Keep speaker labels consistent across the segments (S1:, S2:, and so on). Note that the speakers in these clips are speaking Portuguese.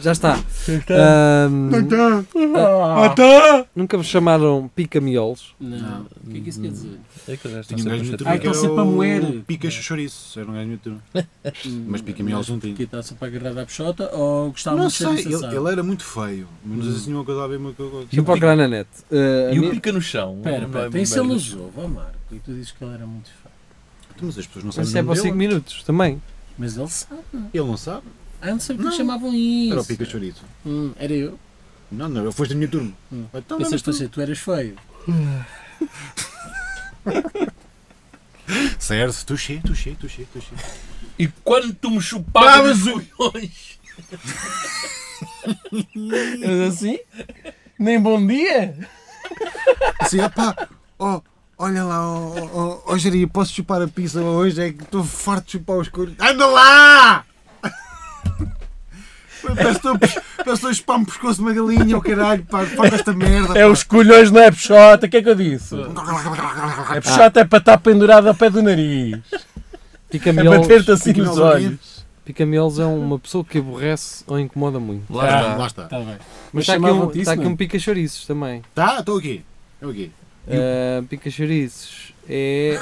S1: Já está. Ahm,
S2: Hum. um então.
S3: Então,
S1: nunca vos chamaram pica-miolos?
S4: Não. O que é que isso quer dizer?
S5: É que eu já estou
S2: Tinha um gajo no
S5: sempre
S2: YouTube
S4: Ah,
S2: que
S4: aquele
S2: era
S4: sempre a
S2: o
S4: moer.
S2: Pica chouriço, era um gajo no YouTube. Mas
S4: Hum,
S2: pica-miolos não tinha.
S4: Titaça para agradar a peixota ou gostava
S2: Não
S4: muito de ser
S2: sei, ele,
S4: necessário?
S2: ele é era muito feio, mas não sei se tinha uma coisa a ver uma coisa com a outra.
S1: Vou procurar na net. Ah, a
S5: E o
S2: então
S1: minha-
S5: pica no chão.
S4: Espera,
S5: Não é
S4: espera, tem se ele
S5: bem-
S4: usou, vá Marco, e tu dizes que ele era muito feio.
S2: Mas as pessoas não sabem.
S1: Isso é
S2: o
S1: para
S2: nome
S1: 5
S2: dele.
S1: minutos também.
S4: Mas ele sabe.
S2: Ele não sabe.
S4: Ah, não sei porque
S2: Não.
S4: chamavam isso.
S2: Era o pica chouriço.
S4: Hum, era eu.
S2: Não, não, eu foste da minha turma.
S4: Hum.
S2: Então,
S4: Pensaste
S2: era
S4: assim, tu eras feio.
S2: tu. Certo, tuxê, tuxê, tuxê, tuxê.
S5: E quando tu me chupavas os olhos.
S4: Mas assim? Nem bom dia?
S2: Assim, opá, ó, olha lá, ó, ó, ó, ó Jeria, posso chupar a pizza hoje? É que estou farto de chupar os coros. Anda lá! Parece que estou a pes- parece que estou a chupar um pescoço de uma galinha, o caralho, pá, foca esta merda.
S3: É
S2: pá.
S3: os colhões, não é peixota, o que é que eu disse?
S2: Ah.
S3: É peixota é para estar pendurado ao pé do nariz. É
S1: Pica-miolos
S3: bater-te assim nos olhos.
S1: Pica-miolos é uma pessoa que aborrece ou incomoda muito.
S5: Lá está.
S2: É. Lá está.
S4: Está Tá bem.
S1: Mas está aqui um,
S4: chamavam-te isso,
S1: está aqui
S4: não?
S1: um pica-chouriços também.
S2: Tá, estou aqui. Estou aqui.
S1: Ah, pica-chouriços é.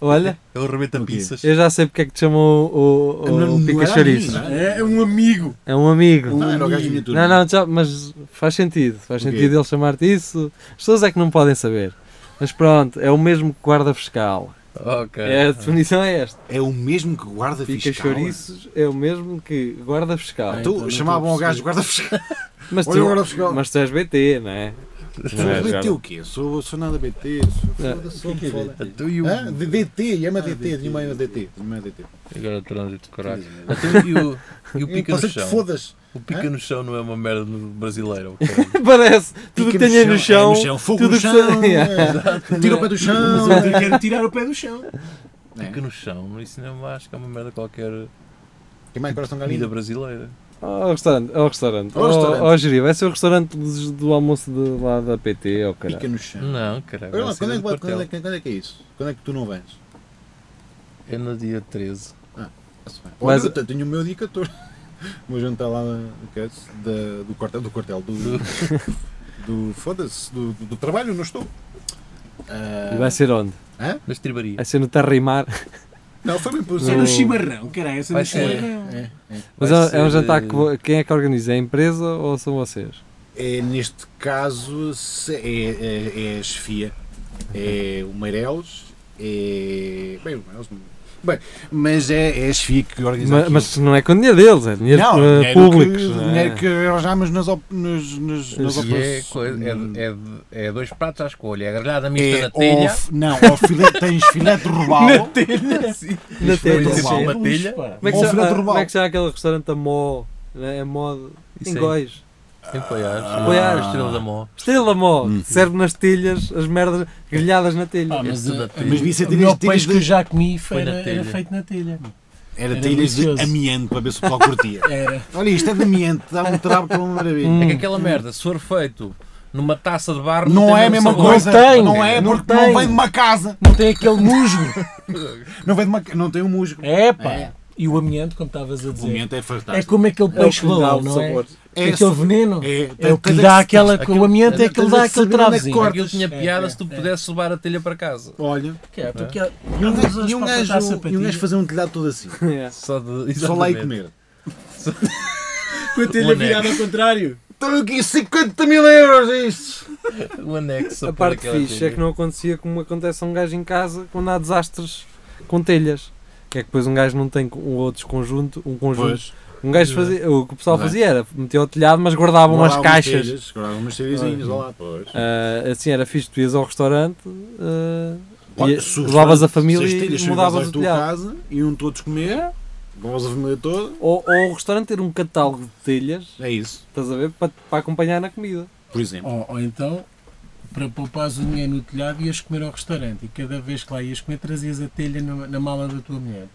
S1: Olha,
S5: É o rebenta
S2: O quê?
S5: pizzas.
S1: eu já sei porque é que te chamam o, o, o,
S2: Não- não era
S1: pica-chouriços.
S2: a mim, não
S4: É um amigo.
S1: É um amigo.
S2: Não, era o gajo da minha turma.
S1: Não, não, já- mas faz sentido. Faz
S2: O quê?
S1: sentido ele chamar-te isso. As pessoas é que não podem saber. Mas pronto, é o mesmo que guarda fiscal.
S5: Ok.
S1: É, a definição é esta.
S2: É o mesmo que guarda
S1: Pica
S2: fiscal.
S1: chouriços é o mesmo que guarda fiscal.
S4: Ah, então
S2: Tu
S4: não estou
S2: chamavam
S4: a
S2: ao gajo de guarda fiscal.
S1: Mas
S2: Olha o
S1: tu,
S2: guarda fiscal.
S1: mas tu és BT, não é? Não é,
S2: Sou BT
S1: guarda.
S2: o quê? Sou, sou nada BT. Sou, foda-se, sou,
S4: que é
S2: foda.
S5: Então e o.
S2: Hã? De DT, é uma DT, de uma é DT. de uma é DT.
S5: Agora trânsito, caralho. Então e o. E o pica no
S2: Pode ser que
S5: chão.
S2: fodas.
S5: O pica no chão não é uma merda no brasileiro. caralho.
S1: Parece. Tudo que tenha no chão.
S2: É, no chão, fogo
S1: tudo
S2: no
S1: que-
S2: chão.
S1: Yeah.
S2: é. Tira o pé do chão. É.
S4: Mas eu quero tirar o pé do chão.
S5: Pica no chão. Isso não é uma- acho que é uma merda qualquer
S2: Quem mais um coração
S5: comida
S2: galinha?
S5: brasileira.
S1: Ao restaurante, ao restaurante.
S2: Ao
S1: Ao-
S2: restaurante.
S1: ao gerir. Vai ser o restaurante dos- do almoço de, lá da PT, ou caralho.
S2: Pica no chão.
S5: Não, caralho.
S2: É.
S5: vai
S2: Olha lá,
S5: ser
S2: quando é, que,
S5: do
S2: vai- quando, é,
S5: quartel.
S2: que- quando é que é isso? Quando é que tu não vens?
S5: É no dia 13.
S2: Olha,
S1: Mas-
S2: eu te- tenho o meu dia 14. O meu jantar lá na- no Cats, da- do quartel, do quartel, do, do foda-se, do, do- do trabalho, não estou. Ah,
S1: E vai ser onde?
S5: Na
S2: É,
S5: estribaria.
S1: Vai ser no Tarrimar.
S2: Ah, não, foi bem
S4: É
S2: possível.
S4: no chimarrão, caralho. Essa é
S5: Vai
S4: no
S5: ser.
S4: chimarrão.
S2: É,
S1: Mas
S5: Vai
S1: é, é um
S5: ser,
S1: jantar que
S5: eh,
S1: vo- quem é que organiza? É a empresa ou são vocês?
S2: É, neste caso se- é, é, é a chefia, é o Meireles, é. Bem, o Meireles. não- Bem, mas é, é a chefia que organiza.
S1: Ma-
S2: aquilo.
S1: Mas não é com dinheiro deles, é dinheiro
S2: não,
S1: eh,
S2: dinheiro
S1: públicos.
S2: Que,
S1: não é?
S2: Dinheiro que arranjamos nas, op, nas, nas, nas
S5: E é,
S2: operações.
S5: coisa- é- é de- é dois pratos à escolha. É grelhada mista
S2: É
S5: na telha.
S2: ao fi- não, ao filete, tens filete robalo.
S1: Na telha.
S2: Isso é
S1: Como
S4: um
S5: uma telha.
S4: pá.
S1: é que
S2: Ou
S1: se
S2: filé
S1: chama,
S2: de robalo.
S1: como é que se chama aquele restaurante a Mó? né? A Mó de- em
S5: Isso é-
S1: Góis.
S5: Em Poiares.
S6: Ah.
S1: Poiares.
S5: Estrela da Mó.
S1: Estrela Mó, que serve nas telhas, as merdas grelhadas na É telha.
S4: Ah, mas,
S5: tudo na
S4: uh,
S5: telha.
S2: Mas devia ser
S4: o
S2: telhas
S4: melhor
S2: de- telhas
S4: peixe que eu
S2: de,
S4: já comi
S5: Foi
S4: era,
S5: na
S4: era
S5: telha.
S4: feito na telha.
S2: era
S4: era
S2: telhas de
S4: delicioso.
S2: amianto para ver se o pessoal curtia.
S4: Era.
S2: Olha, isto é de amianto, dá um trabo que é uma maravilha.
S6: Hum.
S5: É que aquela merda, se for feito numa taça de barro,
S2: Não
S5: tem
S2: é a mesma
S5: sabor.
S2: coisa,
S3: tem,
S2: não é
S3: não
S2: porque
S3: tem.
S2: não vem de uma casa,
S3: Não tem aquele musgo.
S2: não vem de uma, ca- não tem um musgo.
S3: É pá.
S2: É.
S3: E o amianto, como estavas a
S2: O
S3: dizer,
S2: amianto é
S3: é
S2: fantástico.
S3: como aquele peixe balão, não é? É
S2: esse-
S3: aquele veneno.
S2: é,
S3: É o que
S2: tem-
S3: lhe
S2: tem
S3: dá
S2: que-
S3: aquela. O amianto é que lhe dá aquele
S2: tem que saber onde é que
S3: travozinho.
S2: corta.
S5: Aquilo tinha
S3: É,
S5: piada
S3: é,
S5: se tu
S3: é.
S5: pudesses levar a telha para casa.
S2: Olha,
S4: Que é, porque
S2: e um, gajo- e um
S4: para cortar
S2: gajo, e um
S4: sapatilha.
S2: gajo fazer um telhado todo assim,
S1: É.
S5: Só, de,
S2: só lá e
S5: exatamente.
S2: comer.
S4: Com a
S5: telha virada
S2: É
S4: ao contrário.
S2: Estão aqui 50 mil euros é isto.
S5: O anexo.
S1: A
S5: para
S1: parte
S5: aquela
S1: fixe
S5: telha.
S1: é que não acontecia como acontece a um gajo em casa quando há desastres com telhas. Que é que depois um gajo não tem um outro conjunto, um conjunto. Um gajo fazia, o que o pessoal
S2: Não é?
S1: fazia era meter ao telhado, mas guardavam as caixas.
S2: Guardavam umas telhazinhas, olha lá. Pois.
S1: Ah, assim era fixe, tu ias ao restaurante, ah, e-
S2: Se os-
S1: levavas a
S2: se
S1: família
S2: as
S1: e
S2: telhas
S1: mudavas
S2: chegavas
S1: o
S2: à tua
S1: telhado.
S2: casa, iam todos comer, levavas a família toda,
S1: Ou, ou o restaurante ter um catálogo de telhas,
S2: é isso,
S1: estás a ver, para, para acompanhar na comida.
S2: por exemplo.
S4: Ou, ou então, para poupares o dinheiro no telhado, ias comer ao restaurante. E cada vez que lá ias comer, trazias a telha na, na
S1: Hum.
S2: Hum.
S4: mala da tua mulher.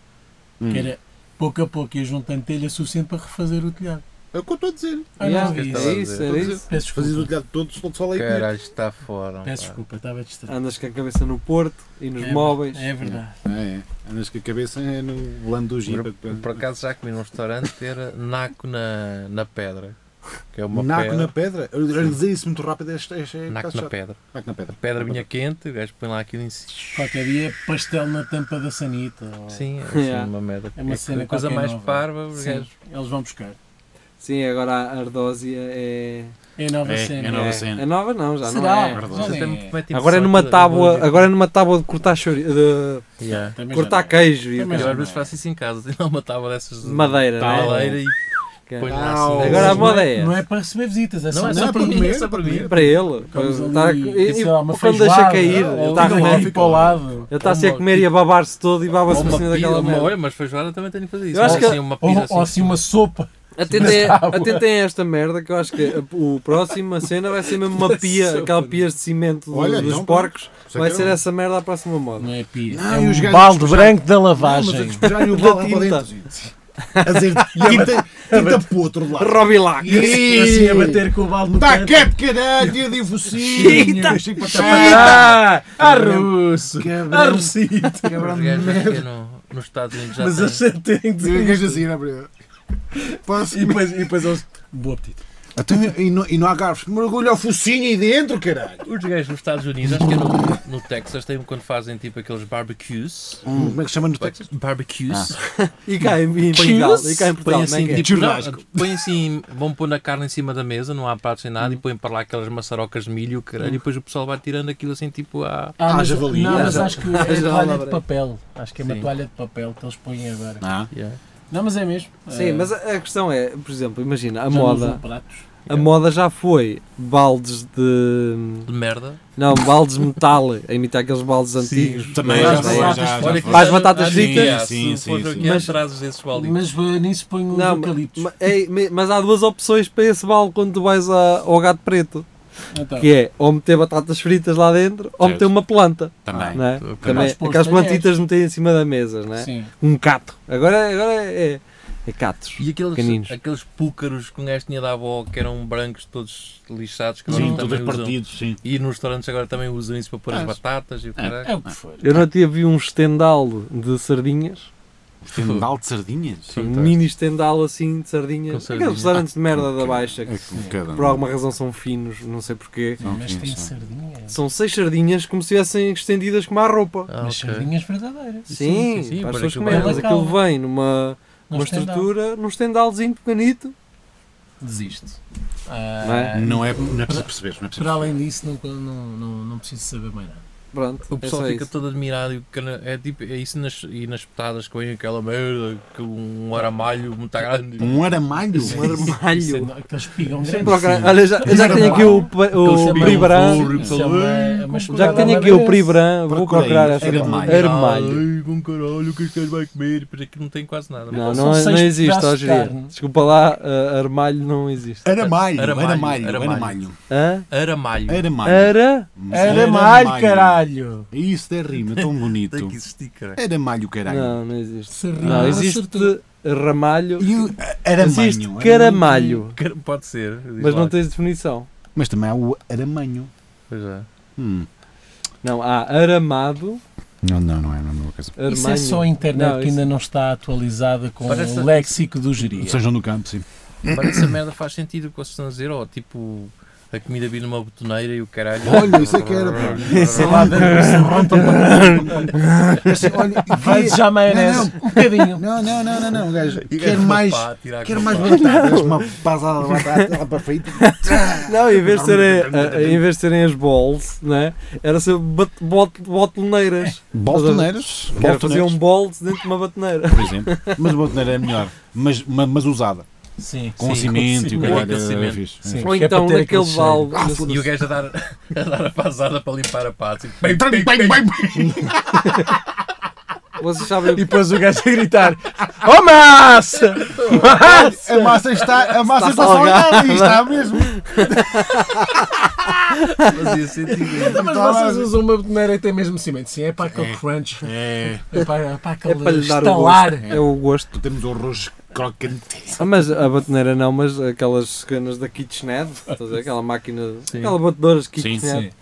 S4: Que era pouco a pouco, ias juntando telha suficiente para refazer o telhado.
S2: É o que eu estou a dizer.
S4: Ah, não
S1: Yeah,
S4: vi isso.
S1: é isso, era isso.
S4: Peço
S2: Fazias o
S4: desculpa.
S2: telhado todo, só só lá e comer.
S6: Caralho, está fora.
S4: Peço
S6: pá.
S4: desculpa, estava distraído.
S1: Andas com a cabeça no Porto e nos
S4: É-
S1: móveis.
S4: É verdade.
S2: Ah, é. Andas com a cabeça é no volante do jipe.
S6: Por, por acaso já comi num restaurante que era naco na, na pedra. Que é uma
S2: Naco
S6: pedra.
S2: na pedra? Eu eu dizer isso muito rápido é, é, é
S6: naco
S2: quase
S6: na
S2: chato.
S6: pedra.
S2: Naco na
S6: A
S2: pedra.
S6: pedra vinha quente, o gajo põe lá aquilo em cima.
S4: Qualquer dia, pastel na tampa da sanita. ou-
S6: Sim, é assim,
S1: Yeah.
S6: uma merda.
S4: É uma cena
S6: coisa
S4: qualquer
S6: mais
S4: nova.
S6: parva, os
S4: Sim,
S6: gajos.
S4: eles vão buscar.
S1: Sim, agora a ardósia é.
S4: É a nova
S2: É,
S4: cena.
S2: é nova
S1: é,
S2: cena.
S1: é nova não, já
S4: Será?
S1: não é.
S2: Perdão.
S4: Já
S6: Isso até
S4: nem
S6: me
S4: é.
S6: mete
S1: Agora é
S6: impressão
S1: numa
S6: aquilo, aquela
S1: tábua,
S6: dúvida.
S1: agora é numa tábua de cortar chori... de
S6: Yeah.
S4: Também já
S1: cortar
S4: não é.
S1: queijo e
S4: Também
S1: aquelas-
S6: Eu
S4: já
S6: às vezes faço isso em casa, tenho lá uma tábua dessas
S1: de
S6: de
S1: madeira,
S4: Tá
S6: de
S1: não é?
S6: madeira e põe lá
S2: Não.
S6: assim.
S1: Agora a
S4: Não é-
S1: moda é
S4: Não é
S1: essa.
S4: para receber visitas, é
S6: Não,
S4: só
S6: é
S2: Não,
S6: só
S2: é
S6: para
S2: para
S6: mim,
S2: comer,
S6: é só para mim.
S1: para ele.
S4: Ficamos ali,
S1: Tá-
S4: e, sei lá, é uma
S1: e- quando deixa
S4: feijoada,
S1: cair, tá
S4: ou
S1: ele está
S4: um
S1: reto.
S4: bife para o lado.
S1: Ele está-se a
S6: Ou uma-
S1: tá comer e a babar-se todo e
S6: Ou
S1: baba-se por
S6: uma
S1: cima
S6: pira,
S1: daquela
S6: uma
S1: merda.
S6: olha, mas feijoada também tenho que fazer isso.
S1: Eu acho
S6: Ou
S1: que-
S6: assim, uma
S4: Ou,
S6: pira
S4: ou
S6: assim.
S4: assim uma sopa.
S1: Atentem,
S4: Na tábua.
S1: atentem a esta merda que eu acho que a o- próxima cena vai ser mesmo uma pia, aquela pia de cimento do-
S2: Olha,
S1: dos
S2: então,
S1: porcos.
S2: Isso é
S1: Vai
S2: que
S1: ser
S2: era-
S1: essa merda a próxima moda.
S4: Não é pia.
S2: Não,
S4: é
S2: e
S4: um
S2: os gajos
S3: Balde
S2: despejar-
S3: branco da
S2: Não, mas é a
S3: lavagem.
S2: despejarem o balde lá
S1: tinta.
S2: para dentro. gente. A dizer, tinta, tinta para o outro lado.
S1: Robilac!
S4: assim a bater com o balde no
S2: Está
S4: canto.
S2: Tá quieto, caralho, assim, dia de focinho. tá.
S3: Ah, ah, russo. Ah,
S2: Cabrão.
S3: russito.
S6: Os
S2: Cabrão.
S6: gajos acho que é no- nos Estados Unidos já
S3: Mas eles
S6: têm.
S3: já têm de-
S2: Dizer gajo assim, não é verdade? Posso-
S3: E depois, e depois eles. Boa apetite.
S2: Então, E não- e não há garfos. Mergulha o focinho aí dentro, caralho.
S6: Os gajos nos Estados Unidos, acho que é no, no Texas, têm quando fazem tipo aqueles barbecues.
S2: Como é que chama no Texas?
S6: Barbecues.
S1: E cá em, em
S6: Põem-
S1: Portugal, e cá em Portugal,
S6: põem
S1: como é
S6: assim,
S1: que é?
S6: tipo, não,
S2: Churrasco.
S6: põem assim, vão pôr na carne em cima da mesa, não há pratos nem nada, e põem para lá aquelas maçarocas de milho, caralho, e depois o pessoal vai tirando aquilo assim, tipo, à...
S4: Ah, mas,
S2: Ah, javali.
S4: não,
S2: Ah,
S4: mas
S2: já-
S4: acho que é
S1: já
S4: toalha de
S1: lembrei.
S4: papel. Acho que é uma
S6: Sim.
S4: toalha de papel que eles põem agora.
S6: Yeah.
S4: Não, mas é mesmo.
S1: Sim,
S4: É,
S1: mas a a questão é, por exemplo, imagina, a
S4: já não
S1: moda,
S4: usam pratos.
S1: a moda já foi baldes de...
S6: de merda.
S1: Não, baldes de metal, a imitar aqueles baldes antigos.
S2: também
S1: Mas-
S2: já foi,
S1: é.
S2: já-
S6: Olha
S2: foi.
S6: que
S1: Faz
S6: isso é-
S1: batatas
S6: ah,
S1: fritas.
S6: yeah,
S2: Sim,
S6: se
S2: sim,
S6: fores
S2: sim.
S6: aqui
S1: Mas-
S6: atrás desses baldes.
S4: Mas eh, nisso põem os
S1: Não,
S4: eucaliptos.
S1: ma- ei, me- mas há duas opções para esse balde quando tu vais a- ao gato preto,
S4: Então,
S1: que é ou meter batatas fritas lá dentro ou meter uma planta.
S2: Também.
S1: Não é?
S6: ok.
S1: Também,
S4: Podes pôr
S1: aquelas
S4: talheres.
S1: plantitas de meter em cima da mesa, não é?
S4: sim.
S1: Um cato. Agora, agora é, é, é catos.
S6: E
S1: Pequeninos.
S6: aqueles, aqueles púcaros que um gajo tinha da avó que eram brancos, todos lixados, que
S2: Sim,
S6: agora também
S2: todos
S6: usam.
S2: partidos, sim.
S6: E nos restaurantes agora também usam isso para pôr as batatas
S1: Ah,
S6: e o caralho.
S4: É o que for.
S1: Eu não tinha vi um estendal de sardinhas,
S2: Estendal de sardinhas?
S1: um mini estendal assim de sardinhas,
S6: tá.
S1: aqueles
S6: Com sardinhas.
S1: restaurantes de merda da baixa que
S2: Cada um.
S1: por alguma razão são finos, não sei porquê.
S2: Não,
S4: Mas
S2: sim,
S4: tem
S2: sim.
S4: sardinha.
S1: São seis sardinhas como se estivessem estendidas como a roupa.
S6: Ah,
S4: Mas
S6: ok.
S4: sardinhas verdadeiras.
S1: Sim,
S6: sim,
S1: para as
S6: sim, para
S1: pessoas
S6: aquilo
S1: comerem,
S6: vai-
S1: mas aquilo vem numa
S4: Não
S1: uma
S4: tem nada.
S1: estrutura, num estendalzinho pequenito.
S4: Desiste.
S1: Não é?
S4: Ah,
S2: Não é, não é preciso perceber, não é preciso
S4: Por além disso, não, não, não, não preciso saber mais nada.
S1: Pronto,
S6: O pessoal
S1: é só
S6: fica
S1: isso.
S6: todo admirado. e o cana- É, tipo, é isso nas, e nas petadas que vem aquela merda, que um aramalho muito grande.
S2: perceber. Um aramalho?
S1: Um
S4: Isso é
S1: armalho.
S4: no- Aqueles pigão grandes.
S1: Para o cara- Olha, já, eu já tenho aqui o, pe- o
S6: Aquele
S1: Priberan.
S6: sabão
S4: Isso é uma- é uma
S1: Já
S4: espetada
S1: que tenho aqui
S4: madeirense.
S1: o Priberan, vou
S2: Procurei.
S1: procurar essa
S2: Era
S1: palavra.
S2: maio.
S1: Armalho.
S6: Ai, com caralho, o que este gajo vai comer? Porque aquilo não tem quase nada.
S1: Não,
S4: São
S1: não,
S4: seis
S1: não existe,
S4: pedaços
S1: ó
S4: de
S1: Jeria.
S4: carne.
S1: Desculpa lá, ah, armalho não existe.
S2: Aramalho,
S6: Aramalho,
S2: aramalho,
S6: aramalho.
S2: aramalho.
S1: Hã?
S6: Aramalho.
S2: Aramalho.
S1: Era?
S4: Era malho, É caralho.
S2: Isso é rima, tão
S6: Tem
S2: bonito.
S6: que existir, caralho.
S2: Aramalho, caralho.
S1: Não, não existe.
S4: Se
S1: Não,
S4: rimar, acertou.
S1: existe ramalho.
S2: E um o
S1: Existe
S2: aramanho.
S1: caramalho,
S6: Cara, Pode ser. diz
S1: mas
S6: lá.
S1: não tens definição.
S2: Mas também há o aramanho.
S6: Pois é.
S2: Hum.
S1: Não, há aramado,
S2: Não, não, não é a mesma coisa.
S1: armanho.
S4: Isso é só a internet
S1: Não,
S4: que
S1: isso-
S4: ainda não está atualizada com
S6: Parece-
S4: o léxico do geria.
S2: São João do Campo, sim.
S6: Mas essa merda faz sentido o que vocês estão a dizer, ó, tipo, a comida vir numa botoneira e o caralho.
S2: Olha, isso é que era, pá.
S4: Sei lá, vai já maionese. Um bocadinho.
S2: assim, Não, não, não, não, não, gajo.
S6: E é
S2: Quer
S6: uma
S2: mais,
S6: pá, tirar
S2: quer
S6: com
S2: mais
S6: pá.
S2: batatas, uma pasada de batata lá para frente.
S1: Não, em vez de serem, a- a- em vez de serem as balls, né? era ser bat, bot,
S2: É.
S1: botoneiras.
S2: Boltoneiros.
S1: Que era fazer um balls dentro de uma batoneira.
S2: por exemplo. Mas o botoneiro é melhor. Mas, mas, mas usada.
S4: Sim.
S2: Com
S6: Sim,
S2: cimento e o
S6: com
S2: caralho.
S6: cimento.
S2: era fixe.
S4: Sim.
S1: Ou
S4: Que é
S1: então
S4: para ter
S1: naquele
S4: aquele
S1: balde.
S6: E o gajo a dar a, dar a pasada para limpar a pata. Assim,
S2: Bem, bem, bem, bem, bem.
S1: Vocês sabem,
S3: E depois o gajo a gritar: Oh massa! Massa!
S2: A massa está, a massa
S1: Está
S2: está salgada e está mesmo.
S6: fazia sentido.
S4: Mas vocês usam uma botoneira e tem mesmo cimento. Sim, Então, é para aquele crunch.
S2: É,
S4: É para, é para
S1: é
S4: aquele
S1: para lhe dar o
S4: estalar.
S1: gosto. É o gosto.
S2: temos o rojo Crocante.
S1: Ah, mas a batoneira não, mas aquelas cenas da KitchenAid, estás a ver? aquela máquina,
S6: Sim.
S1: aquela batedora de
S2: Sim,
S1: KitchenAid,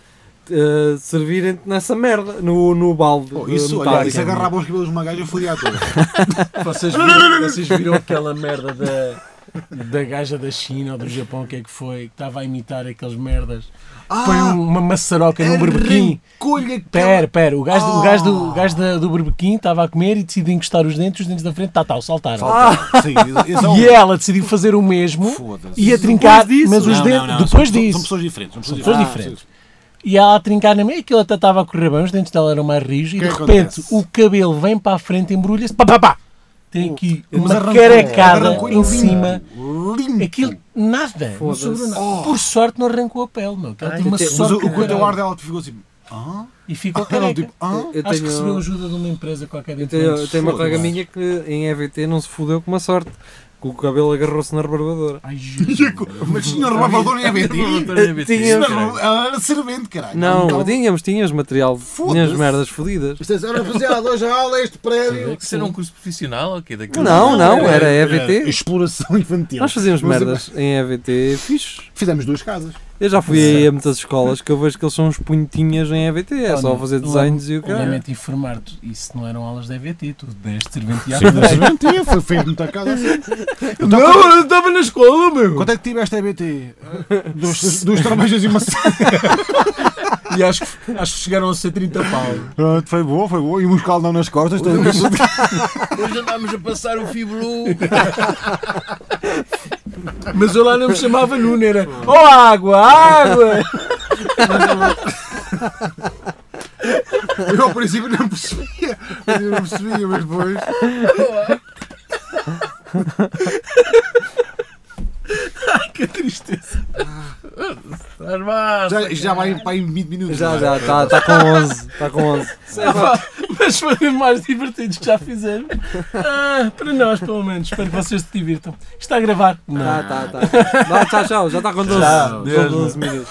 S1: eh, servirem-te nessa merda, no, no balde.
S2: Pô,
S1: eh,
S2: Oh, isso, olha,
S1: metálico.
S2: isso agarrava os cabelos de uma gaja e fodia a toda.
S4: Vocês viram, vocês viram aquela merda da, da gaja da China ou do Japão, o que é que foi? Que estava a imitar aqueles merdas. Foi
S2: um
S4: uma
S2: é
S4: maçaroca num berbequim.
S2: Ah, Recolha
S4: Pera, pera, o gajo, o gajo, do, o gajo da- do berbequim estava a comer e decidiu encostar os dentes, os dentes da frente, tá, tá, saltaram.
S2: Sim, isso é um-
S4: E ela decidiu fazer o mesmo
S2: Foda-se.
S4: e a trincar,
S1: Depois disso?
S4: mas os
S2: Não,
S4: dentes,
S2: não, não, são-
S4: depois
S2: são-
S4: disso,
S2: São pessoas diferentes. São pessoas
S4: pessoas diferentes. e ela a trincar na meia, aquilo até estava a correr bem, os dentes dela eram mais rijos, e
S2: Que
S4: de
S2: é que
S4: repente
S2: acontece?
S4: o cabelo vem para a frente, embrulha-se, pá, pá, pá, tem aqui
S2: Ah, Mas
S4: uma
S2: arrancou-
S4: caracada
S2: arrancou
S4: em
S2: limpo,
S4: cima.
S2: Limpo.
S4: Aquilo, nada, não sobrou nada. Por sorte não arrancou a pele, meu. que Ela
S1: Ai,
S4: tem uma
S1: até- mas
S2: Oh. Mas
S4: sorte do
S2: o, o quanto
S4: caralho.
S2: ao ar dela ficou assim. Ah?
S4: E ficou
S2: Era um
S4: careca.
S2: tipo. Ah?
S1: Eu
S4: Acho que recebeu
S1: tenho- um-
S4: ajuda de uma empresa qualquer de
S1: Eu tenho, eu
S4: implantes.
S1: tenho uma colega
S4: Foda-se.
S1: minha que em EVT não se fudeu com uma sorte, que o cabelo agarrou-se na rebarbadora.
S4: Ai, Jesus.
S2: Mas senhor Barbador é vendido.
S1: Tinha-
S2: Ela era servente, caralho.
S1: Não,
S2: Calma.
S1: tínhamos, tínhamos material, tinhas
S2: Foda-se.
S1: merdas fodidas.
S2: Estação rapaziada, hoje a aula é este prédio.
S6: Isso era um curso profissional ou quê? Daquele-
S1: Não, não, era EVT.
S2: Exploração infantil.
S1: Nós fazíamos
S2: Mas-
S1: merdas em EVT fixos.
S2: Fizemos duas casas.
S1: Eu já fui aí a muitas escolas que eu vejo que eles são uns punhetinhas em EVT, é só
S4: Olha,
S1: fazer
S4: lamento-
S1: desenhos e o que
S4: Lamento informar-te, isso não eram aulas de EVT, tu deste serventia à
S2: Fizemos
S4: frente.
S2: serventia, foi- fez muita casa assim.
S3: Não, eu estava na escola, meu!
S2: Quanto é que tiveste a EBT? Duas, duas cervejas e uma
S4: E acho que, acho que chegaram a ser 30 pau.
S2: Pronto, foi boa, foi boa. E um escaldão nas costas. todo-
S6: Hoje andámos a passar o fibro.
S4: Mas eu lá não me chamava Nuno, era Oh água, água!
S2: Eu ao princípio não percebia. Eu não percebia, mas depois.
S4: Que tristeza.
S6: Estás mal.
S2: Já, já vai para aí 20 minutos.
S1: Já,
S2: não é?
S1: já, está tá com 11. Está com 11.
S3: é
S4: Mas foram mais divertidos que já fizeram. Ah, para nós, pelo menos. Espero que vocês se divirtam. Está a gravar?
S1: Tá, tá, tá. Não, Tchau, tchau. Já está com 12.
S4: Tchau.
S1: Com 12 minutos.